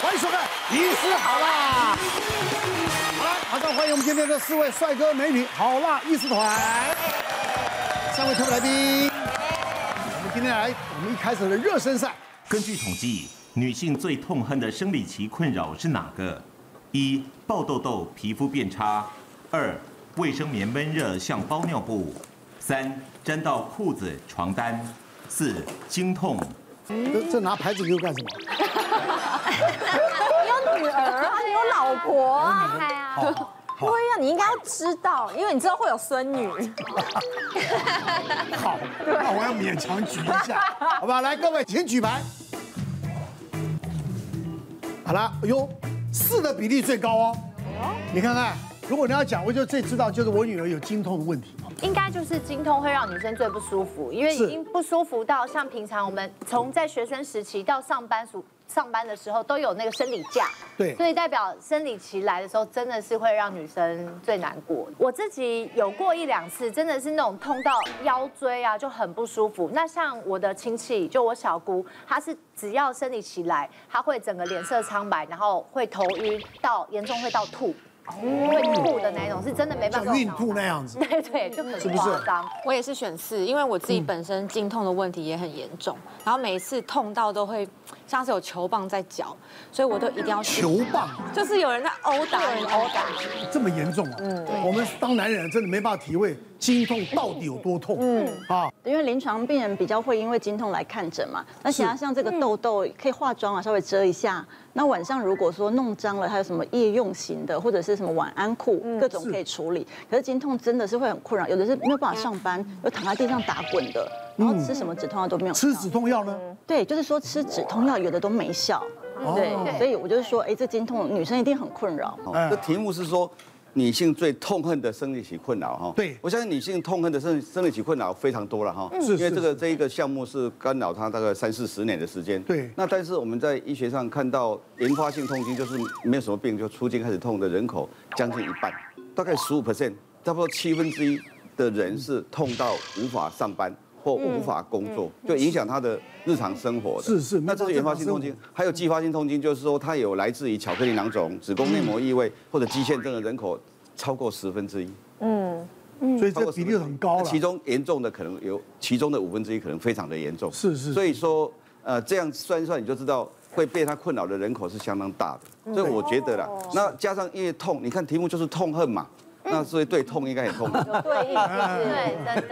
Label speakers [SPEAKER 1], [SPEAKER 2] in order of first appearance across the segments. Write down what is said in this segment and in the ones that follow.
[SPEAKER 1] 欢迎收看《医师好辣》。好了，马上欢迎我们今天的四位帅哥美女好辣医师团，三位特别来宾。我们今天来，我们一开始的热身赛，
[SPEAKER 2] 根据统计，女性最痛恨的生理期困扰是哪个？一、爆痘痘、皮肤变差；二、卫生棉闷热像包尿布；三、沾到裤子、床单；四、经痛。
[SPEAKER 1] 这这拿牌子又干什么？
[SPEAKER 3] 你有女儿啊，你有老婆啊，哎呀，对呀，你应该要知道，因为你知道会有孙女。
[SPEAKER 1] 好，那我要勉强举一 下，好吧？来，各位请举牌。好了，哎呦，四的比例最高哦。你看看，如果你要讲，我就最知道就是我女儿有经痛的问题。
[SPEAKER 4] 应该就是经痛会让女生最不舒服，因为
[SPEAKER 1] 是
[SPEAKER 4] 已经不舒服到像平常我们从在学生时期到上班族上班的时候都有那个生理假，
[SPEAKER 1] 对
[SPEAKER 4] 所以代表生理期来的时候真的是会让女生最难过。我自己有过一两次，真的是那种痛到腰椎啊就很不舒服。那像我的亲戚，就我小姑，她是只要生理期来，她会整个脸色苍白，然后会头晕到严重会到吐。会吐的那一种，是真的没办法。
[SPEAKER 1] 像孕吐那样子
[SPEAKER 4] 对对，就很
[SPEAKER 1] 不是
[SPEAKER 4] 夸张。
[SPEAKER 5] 我也是选四，因为我自己本身经痛的问题也很严重，然后每一次痛到都会像是有球棒在绞，所以我都一定
[SPEAKER 3] 嗯
[SPEAKER 5] 要 去，
[SPEAKER 1] 球棒啊
[SPEAKER 5] 就是有人在殴打你，殴打。
[SPEAKER 1] 这么严重啊！
[SPEAKER 3] 嗯
[SPEAKER 1] 我们当男人真的没办法体会经痛到底有多痛。嗯，啊，
[SPEAKER 6] 因为临床病人比较会因为经痛来看诊嘛，那其他像这个痘痘可以化妆啊，稍微遮一下。那晚上如果说弄脏了，还有什么夜用型的，或者是什么晚安裤，各种可以处理。可是经痛真的是会很困扰，有的是没有办法上班，有躺在地上打滚的，然后吃什么止痛药都没有效。
[SPEAKER 1] 吃止痛药呢？哦
[SPEAKER 6] 对，就是说吃止痛药有的都没效。
[SPEAKER 3] 嗯
[SPEAKER 6] 对，所以我就是说，哎，这经痛女生一定很困扰。
[SPEAKER 1] 嗯
[SPEAKER 7] 哦这题目是说女性最痛恨的生理期困扰哈。
[SPEAKER 1] 对嗯
[SPEAKER 7] 我相信女性痛恨的生生理期困扰非常多了哈。
[SPEAKER 1] 是
[SPEAKER 7] 因为
[SPEAKER 1] 是
[SPEAKER 7] 这个这一个项目是干扰她大概三四十年的时间。
[SPEAKER 1] 对
[SPEAKER 7] 那但是我们在医学上看到原发性痛经就是没有什么病就出经开始痛的人口将近一半，大概十五 percent，差不多七分之一的人是痛到无法上班。或无法工作，就影响她的日常生活的。
[SPEAKER 1] 是是没
[SPEAKER 7] 那这是原发性痛
[SPEAKER 1] 办法
[SPEAKER 7] 经
[SPEAKER 1] 生活。
[SPEAKER 7] 还有继发性痛经，就是说它有来自于巧克力囊肿、子宫内膜异位或者肌腺症的人口超过十分之一，
[SPEAKER 1] 所以
[SPEAKER 7] 超
[SPEAKER 1] 这
[SPEAKER 7] 过10
[SPEAKER 1] 比例很高了。
[SPEAKER 7] 其中严重的可能有其中的五分之一可能非常的严重，
[SPEAKER 1] 是是
[SPEAKER 7] 所以说呃这样算一算你就知道会被它困扰的人口是相当大的，所以我觉得啦，那加上因为痛，你看题目就是痛恨嘛，那所以对痛应该很痛恨。
[SPEAKER 4] 对，对，真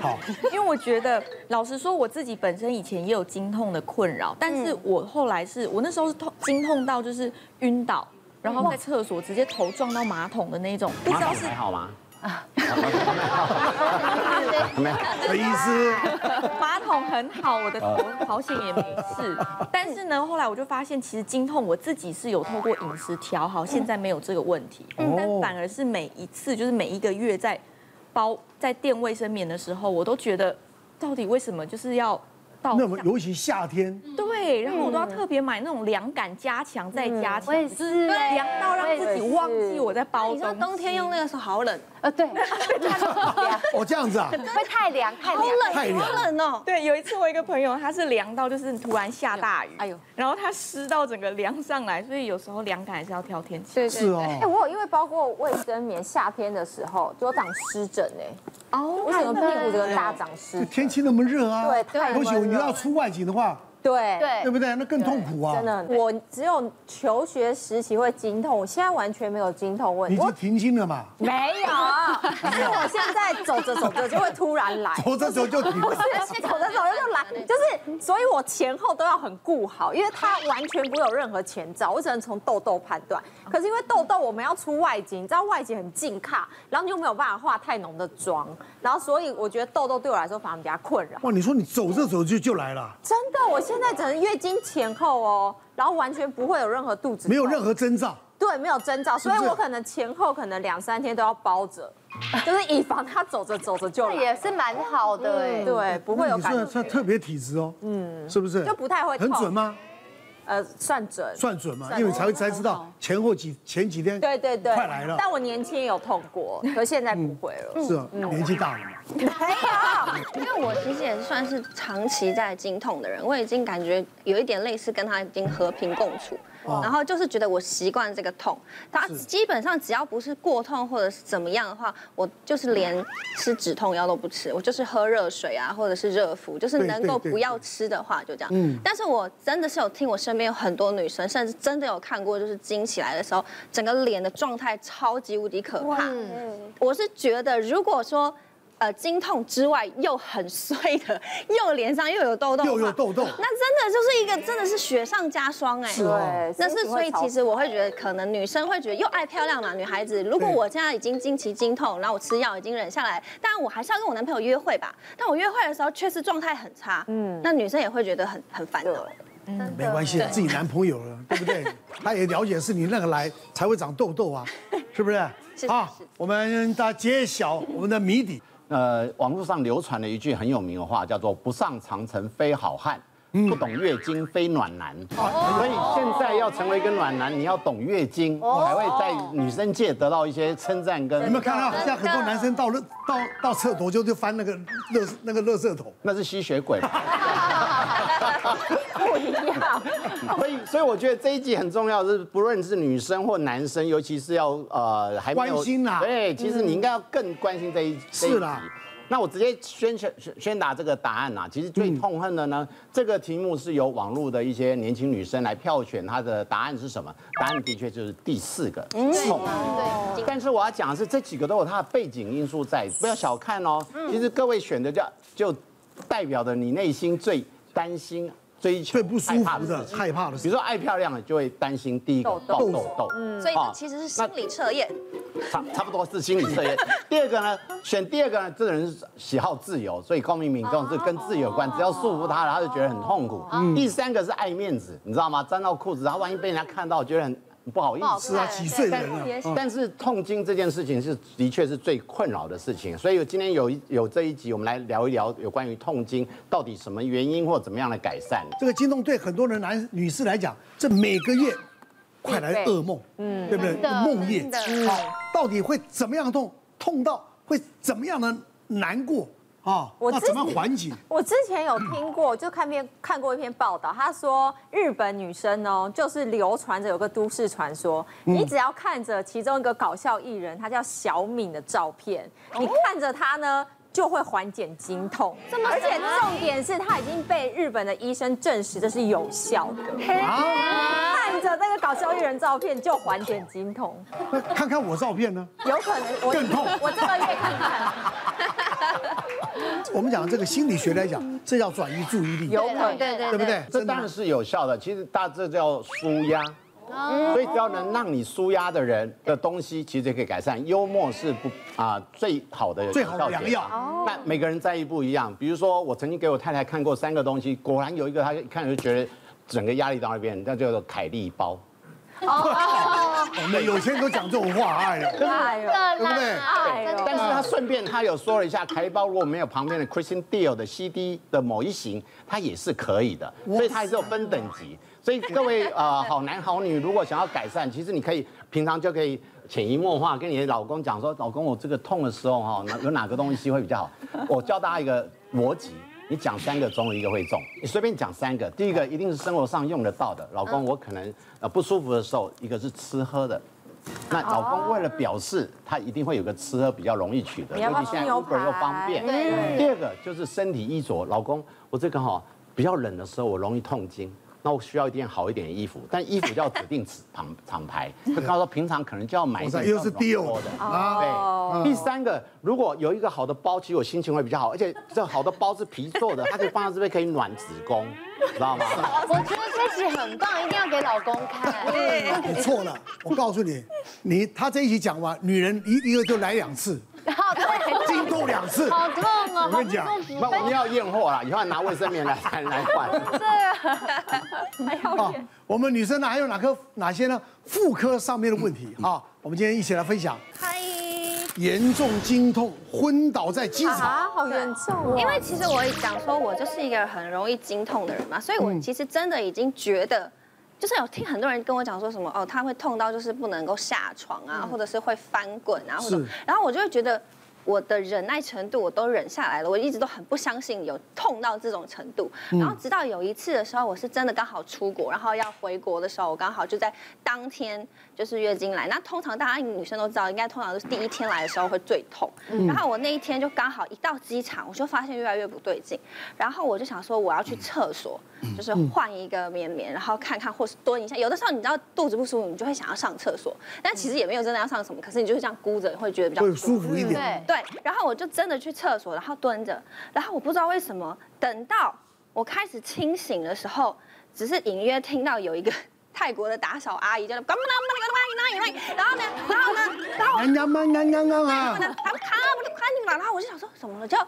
[SPEAKER 4] 的。
[SPEAKER 1] 好，
[SPEAKER 8] 因为我觉得，老实说，我自己本身以前也有经痛的困扰，但是
[SPEAKER 3] 嗯
[SPEAKER 8] 我后来是我那时候是痛经痛到就是晕倒，然后在厕所直接头撞到马桶的那种，不知道是
[SPEAKER 9] 还好吗？
[SPEAKER 1] 陈医师，
[SPEAKER 8] 马桶很好，我的头好险也没事。但是呢，后来我就发现，其实经痛我自己是有透过饮食调好，现在没有这个问题。但反而是每一次，就是每一个月在包在垫卫生棉的时候，我都觉得到底为什么就是要到
[SPEAKER 1] 那么尤其夏天，
[SPEAKER 8] 对，然后我都要特别买那种凉感加强再加
[SPEAKER 5] 嗯
[SPEAKER 8] 强，
[SPEAKER 4] 我也
[SPEAKER 8] 就是
[SPEAKER 4] 是哎
[SPEAKER 8] 凉到让自己忘记我在包
[SPEAKER 5] 哎你知道
[SPEAKER 8] 东
[SPEAKER 5] 冬
[SPEAKER 8] 西。
[SPEAKER 5] 天用那个时候好冷，
[SPEAKER 4] 呃，对，会
[SPEAKER 1] 哦这样 子啊，
[SPEAKER 4] 太凉，太凉。
[SPEAKER 1] 太凉。
[SPEAKER 5] 好冷哦。
[SPEAKER 8] 对，有一次我一个朋友，他是凉到就是突然下大雨，
[SPEAKER 5] 哎
[SPEAKER 8] 哎
[SPEAKER 5] 呦
[SPEAKER 8] 呦，然后他湿到整个凉上来，所以有时候凉感还是要挑天气。
[SPEAKER 3] 对
[SPEAKER 1] 是哦
[SPEAKER 3] 哎、我有因为包过卫生棉，夏天的时候就长湿疹哎，
[SPEAKER 8] 哦，
[SPEAKER 3] 我整个屁股这个大长湿疹。
[SPEAKER 1] 天气那么热啊，
[SPEAKER 3] 对太
[SPEAKER 1] 尤其
[SPEAKER 3] 闷
[SPEAKER 1] 你
[SPEAKER 3] 了
[SPEAKER 1] 要出外景的话，
[SPEAKER 3] 对
[SPEAKER 4] 对
[SPEAKER 1] 对不对？那更痛苦啊。
[SPEAKER 3] 真的，我只有求学时期会经痛，我现在完全没有经痛问
[SPEAKER 1] 你
[SPEAKER 3] 题。
[SPEAKER 1] 已经
[SPEAKER 3] 我
[SPEAKER 1] 停经了嘛？
[SPEAKER 3] 没 有，啊是我现在走着走着就会突然 来。
[SPEAKER 1] 走着走就停了。
[SPEAKER 3] 是走着走着就来，就是，所以我前后都要很顾好，因为它完全不会有任何前兆，我只能从痘痘判断。可是因为痘痘我们要出外景，你知道外景很近看，然后你又没有办法化太浓的妆，然后所以我觉得痘痘对我来说反而比较困扰。
[SPEAKER 1] 哇，你说你走着走就就来了，
[SPEAKER 3] 真的，我现在只能月经前后哦，然后完全不会有任何肚子，
[SPEAKER 1] 没有任何征兆。
[SPEAKER 3] 对，没有征兆，所以我可能前后可能两三天都要包着，就是以防它走着走着就
[SPEAKER 4] 这也
[SPEAKER 3] 来。
[SPEAKER 4] 是蛮好的哎。
[SPEAKER 3] 对，不会有
[SPEAKER 1] 你
[SPEAKER 3] 感
[SPEAKER 1] 算
[SPEAKER 3] 觉，
[SPEAKER 1] 算特别体质哦，嗯，是不是？
[SPEAKER 3] 就不太会
[SPEAKER 1] 很
[SPEAKER 3] 痛
[SPEAKER 1] 准吗？
[SPEAKER 3] 呃算准，
[SPEAKER 1] 算准嘛，因为你才会才知道前后几前几天。
[SPEAKER 3] 对对对，
[SPEAKER 1] 快来了嗯
[SPEAKER 3] 但我年轻有痛过，可现在不会了。
[SPEAKER 1] 是啊，年纪大了嘛。
[SPEAKER 9] 因为我其实也算是长期在经痛的人，我已经感觉有一点类似跟他已经和平共处，
[SPEAKER 1] 哦
[SPEAKER 9] 然后就是觉得我习惯这个痛，他基本上只要不是过痛或者是怎么样的话，我就是连吃止痛药都不吃，我就是喝热水啊或者是热敷，就是
[SPEAKER 1] 对
[SPEAKER 9] 能够
[SPEAKER 1] 对对
[SPEAKER 9] 不要吃的话就这样。
[SPEAKER 1] 嗯
[SPEAKER 9] 但是我真的是有听我身边有很多女生，甚至真的有看过，就是经起来的时候，整个脸的状态超级无敌可怕。我是觉得，如果说呃经痛之外又很 衰的，又脸上又有痘痘的话，
[SPEAKER 1] 又有痘痘
[SPEAKER 9] 那真的就是一个真的是雪上加霜哎、
[SPEAKER 1] 是哦，
[SPEAKER 9] 那是所以其实我会觉得，可能女生会觉得又爱漂亮嘛，女孩子。如果我现在已经经期经痛，然后我吃药已经忍下来，但我还是要跟我男朋友约会吧。但我约会的时候确实状态很差，嗯，那女生也会觉得很很烦恼。
[SPEAKER 1] 没关系，啊自己男朋友 了，对不对？他也了解是你那个来才会长痘痘 啊，是不是？啊，我们大家揭晓我们的谜底。
[SPEAKER 10] 呃，网络上流传了一句很有名的话，叫做“不上长城非好汉”。不懂月经非暖男，所以现在要成为一个暖男，你要懂月经，才会在
[SPEAKER 9] 哦
[SPEAKER 10] 女生界得到一些称赞
[SPEAKER 1] 有
[SPEAKER 10] 跟
[SPEAKER 1] 没有看到现在很多男生到了到到厕所就就翻那个热那个热色桶？
[SPEAKER 10] 那是吸血鬼。
[SPEAKER 3] 不一样，
[SPEAKER 10] 所以，所以我觉得这一集很重要，就是不论是女生或男生，尤其是要呃还没有
[SPEAKER 1] 关心啦
[SPEAKER 10] 对，其实你应该要更关心这一这一
[SPEAKER 1] 是啦
[SPEAKER 10] 集那我直接宣宣宣宣达这个答案啦。其实最痛恨的呢，这个题目是由网络的一些年轻女生来票选，她啊的答案是什么？答案的确就是第四个痛。嗯对，但是我要讲的是，这几个都有它的背景因素在，不要小看哦。其实各位选的叫就代表的你内心最担心、追求、
[SPEAKER 1] 最不舒
[SPEAKER 10] 害怕
[SPEAKER 1] 服的、
[SPEAKER 10] 事情
[SPEAKER 1] 害怕的
[SPEAKER 10] 比
[SPEAKER 1] 事
[SPEAKER 10] 如。说爱漂亮的就会担心第一个爆痘痘，嗯，
[SPEAKER 9] 所以这其实是心理测验，
[SPEAKER 10] 差差不多是心理测 验。第二个呢，选第二个呢，这个人是喜好自由，所以公民民众是跟自由有关，只要束缚他了，他就觉得很痛苦。
[SPEAKER 9] 嗯
[SPEAKER 10] 第三个是爱面子，你知道吗？沾到裤子，他万一被人家看到，觉得很不好意思。
[SPEAKER 1] 是啊，几岁的人啊？
[SPEAKER 10] 但是痛经这件事情是的确是最困扰的事情，所以今天有一有这一集，我们来聊一聊有关于痛经到底什么原因或怎么样的改善。
[SPEAKER 1] 这个经痛对很多人男女士来讲，这每个月快来噩梦，嗯，对不对？梦夜，好，到底会怎么样痛？痛到会怎么样的难过啊？
[SPEAKER 3] 我
[SPEAKER 1] 那
[SPEAKER 3] 自
[SPEAKER 1] 怎么
[SPEAKER 3] 己
[SPEAKER 1] 缓解？
[SPEAKER 3] 我之前有听过，就看篇看过一篇报道，他说日本女生哦，就是流传着有个都市传说，
[SPEAKER 1] 嗯
[SPEAKER 3] 你只要看着其中一个搞笑艺人，他叫小敏的照片，
[SPEAKER 1] 哦
[SPEAKER 3] 你看着他呢。就会缓解经痛，
[SPEAKER 1] 啊
[SPEAKER 3] 而且重点是他已经被日本的医生证实这是有效的。
[SPEAKER 1] 啊
[SPEAKER 3] 看着那个搞笑艺人照片就缓解经痛，
[SPEAKER 1] 那看看我照片呢？
[SPEAKER 3] 有可能我
[SPEAKER 1] 更痛
[SPEAKER 3] 我这个月看看，
[SPEAKER 1] 我们讲这个心理学来讲，这叫转移注意力，
[SPEAKER 3] 有可能
[SPEAKER 9] 对对
[SPEAKER 1] 对不对？
[SPEAKER 10] 这
[SPEAKER 1] 真的
[SPEAKER 10] 当然是有效的。其实大这叫舒压，所以只要能让你舒压的人的东西，其实就可以改善。幽默是不啊、最好的
[SPEAKER 1] 最好的
[SPEAKER 10] 有效解
[SPEAKER 1] 良药
[SPEAKER 10] 答那每个人在意不一样。比如说，我曾经给我太太看过三个东西，果然有一个她一看就觉得整个压力到那边，那叫做凯利包。
[SPEAKER 1] 我们哦有钱人都讲这种话，哎呀，
[SPEAKER 3] 哎呦，
[SPEAKER 1] 对不对？
[SPEAKER 3] 哎呦，
[SPEAKER 10] 但是他顺便他有说了一下，凯利包如果没有旁边的 Christian Dior 的 CD 的某一型，它也是可以的，所以它还是有分等级。所以各位呃好男好女，如果想要改善，其实你可以平常就可以潜移默化跟你的老公讲说，老公我这个痛的时候哈，哪有哪个东西会比较好？我教大家一个逻辑。你讲三个，总有一个会中。你随便讲三个，第一个一定是生活上用得到的。老公，我可能呃不舒服的时候，一个是吃喝的，那老公为了表示他一定会有个吃喝比较容易取得，
[SPEAKER 3] 你要
[SPEAKER 10] 尤
[SPEAKER 3] 不要
[SPEAKER 10] 其现在
[SPEAKER 3] 吃牛
[SPEAKER 10] Uber 又
[SPEAKER 3] 排
[SPEAKER 10] 方便。
[SPEAKER 3] 对
[SPEAKER 10] 第二个就是身体衣着，老公，我这个哈、比较冷的时候我容易痛经，那我需要一件好一点的衣服，但衣服就要指定厂厂牌，就刚说平常可能就要买一
[SPEAKER 1] 我
[SPEAKER 10] 件
[SPEAKER 1] 知道又是
[SPEAKER 10] 比较
[SPEAKER 1] Dior
[SPEAKER 10] 浓缩的
[SPEAKER 1] 啊
[SPEAKER 10] 对，第三个，如果有一个好的包，其实我心情会比较好，而且这好的包是皮做的，它可以放在这边可以暖子宫，知道吗？
[SPEAKER 4] 我觉得这集很棒，一定要给老公看。
[SPEAKER 1] 你错了，我告诉你，你他这一集讲完，女人一一个就来两次，
[SPEAKER 4] 好痛，
[SPEAKER 1] 经痛两次。
[SPEAKER 4] 好痛哦！
[SPEAKER 1] 我跟你讲
[SPEAKER 4] 好痛
[SPEAKER 10] 那我们要验货啦，以后要拿卫生棉来来来换。
[SPEAKER 1] 啊，我们女生呢还有哪科哪些呢？妇科上面的问题啊，我们今天一起来分享。
[SPEAKER 9] 嗨。
[SPEAKER 1] 严重经痛，昏倒在机场，
[SPEAKER 3] 啊，好严重哦。
[SPEAKER 9] 因为
[SPEAKER 11] 嗯
[SPEAKER 9] 其实我也讲说，我就是一个很容易经痛的人嘛，所以我其实真的已经觉得就是有听很多人跟我讲说什么哦，他会痛到就是不能够下床啊，或者是会翻滚啊，或者
[SPEAKER 11] 嗯是
[SPEAKER 9] 然后我就会觉得。我的忍耐程度我都忍下来了，我一直都很不相信有痛到这种程度。
[SPEAKER 11] 嗯
[SPEAKER 9] 然后直到有一次的时候，我是真的刚好出国，然后要回国的时候，我刚好就在当天就是月经来。那通常大家女生都知道，应该通常都是第一天来的时候会最痛。
[SPEAKER 11] 嗯
[SPEAKER 9] 然后我那一天就刚好一到机场，我就发现越来越不对劲，然后我就想说我要去厕所，
[SPEAKER 11] 嗯
[SPEAKER 9] 就是换一个棉棉，然后看看或是蹲一下。有的时候你知道肚子不舒服，你就会想要上厕所，但其实也没有真的要上什么，可是你就是这样箍着，会觉得比较
[SPEAKER 11] 嗯会舒服一点
[SPEAKER 9] 对，然后我就真的去厕所，然后蹲着，然后我不知道为什么，等到我开始清醒的时候，只是隐约听到有一个 泰国的打扫阿姨叫干嘛干嘛干嘛 然后呢，然后呢，然后我
[SPEAKER 1] 刚刚刚刚刚刚
[SPEAKER 9] 然后
[SPEAKER 1] 啊！
[SPEAKER 9] 呢，他们看不看你了，然后我就想说怎么了，就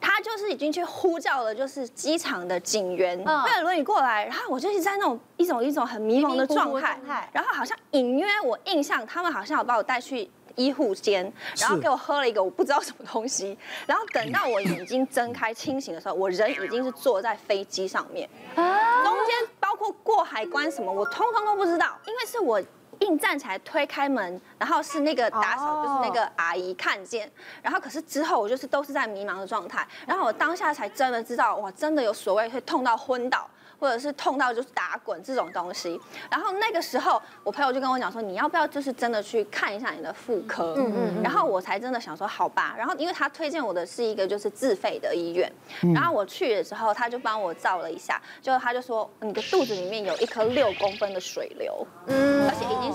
[SPEAKER 9] 他就是已经去呼叫了，就是机场的警员，
[SPEAKER 4] 嗯
[SPEAKER 9] 为了轮椅过来，然后我就是在那种一种一种很迷蒙的状态
[SPEAKER 4] 迷迷糊糊的状态，
[SPEAKER 9] 然后好像隐约我印象他们好像有把我带去。医护间，然后
[SPEAKER 11] 是
[SPEAKER 9] 给我喝了一个我不知道什么东西，然后等到我眼睛睁开清醒的时候，我人已经是坐在飞机上面，中间包括过海关什么，我通通都不知道，因为是我硬站起来推开门，然后是那个打扫，就是那个阿姨看见，然后可是之后我就是都是在迷茫的状态，然后我当下才真的知道，哇，真的有所谓会痛到昏倒。或者是痛到就是打滚这种东西，然后那个时候我朋友就跟我讲说，你要不要就是真的去看一下你的妇科？
[SPEAKER 11] 嗯
[SPEAKER 9] 嗯
[SPEAKER 11] 嗯嗯
[SPEAKER 9] 嗯。然后我才真的想说，好吧。然后因为他推荐我的是一个就是自费的医院，
[SPEAKER 11] 嗯
[SPEAKER 9] 然后我去的时候他就帮我照了一下，就他就说嗯你的肚子里面有一颗六公分的水流，嗯，而且已经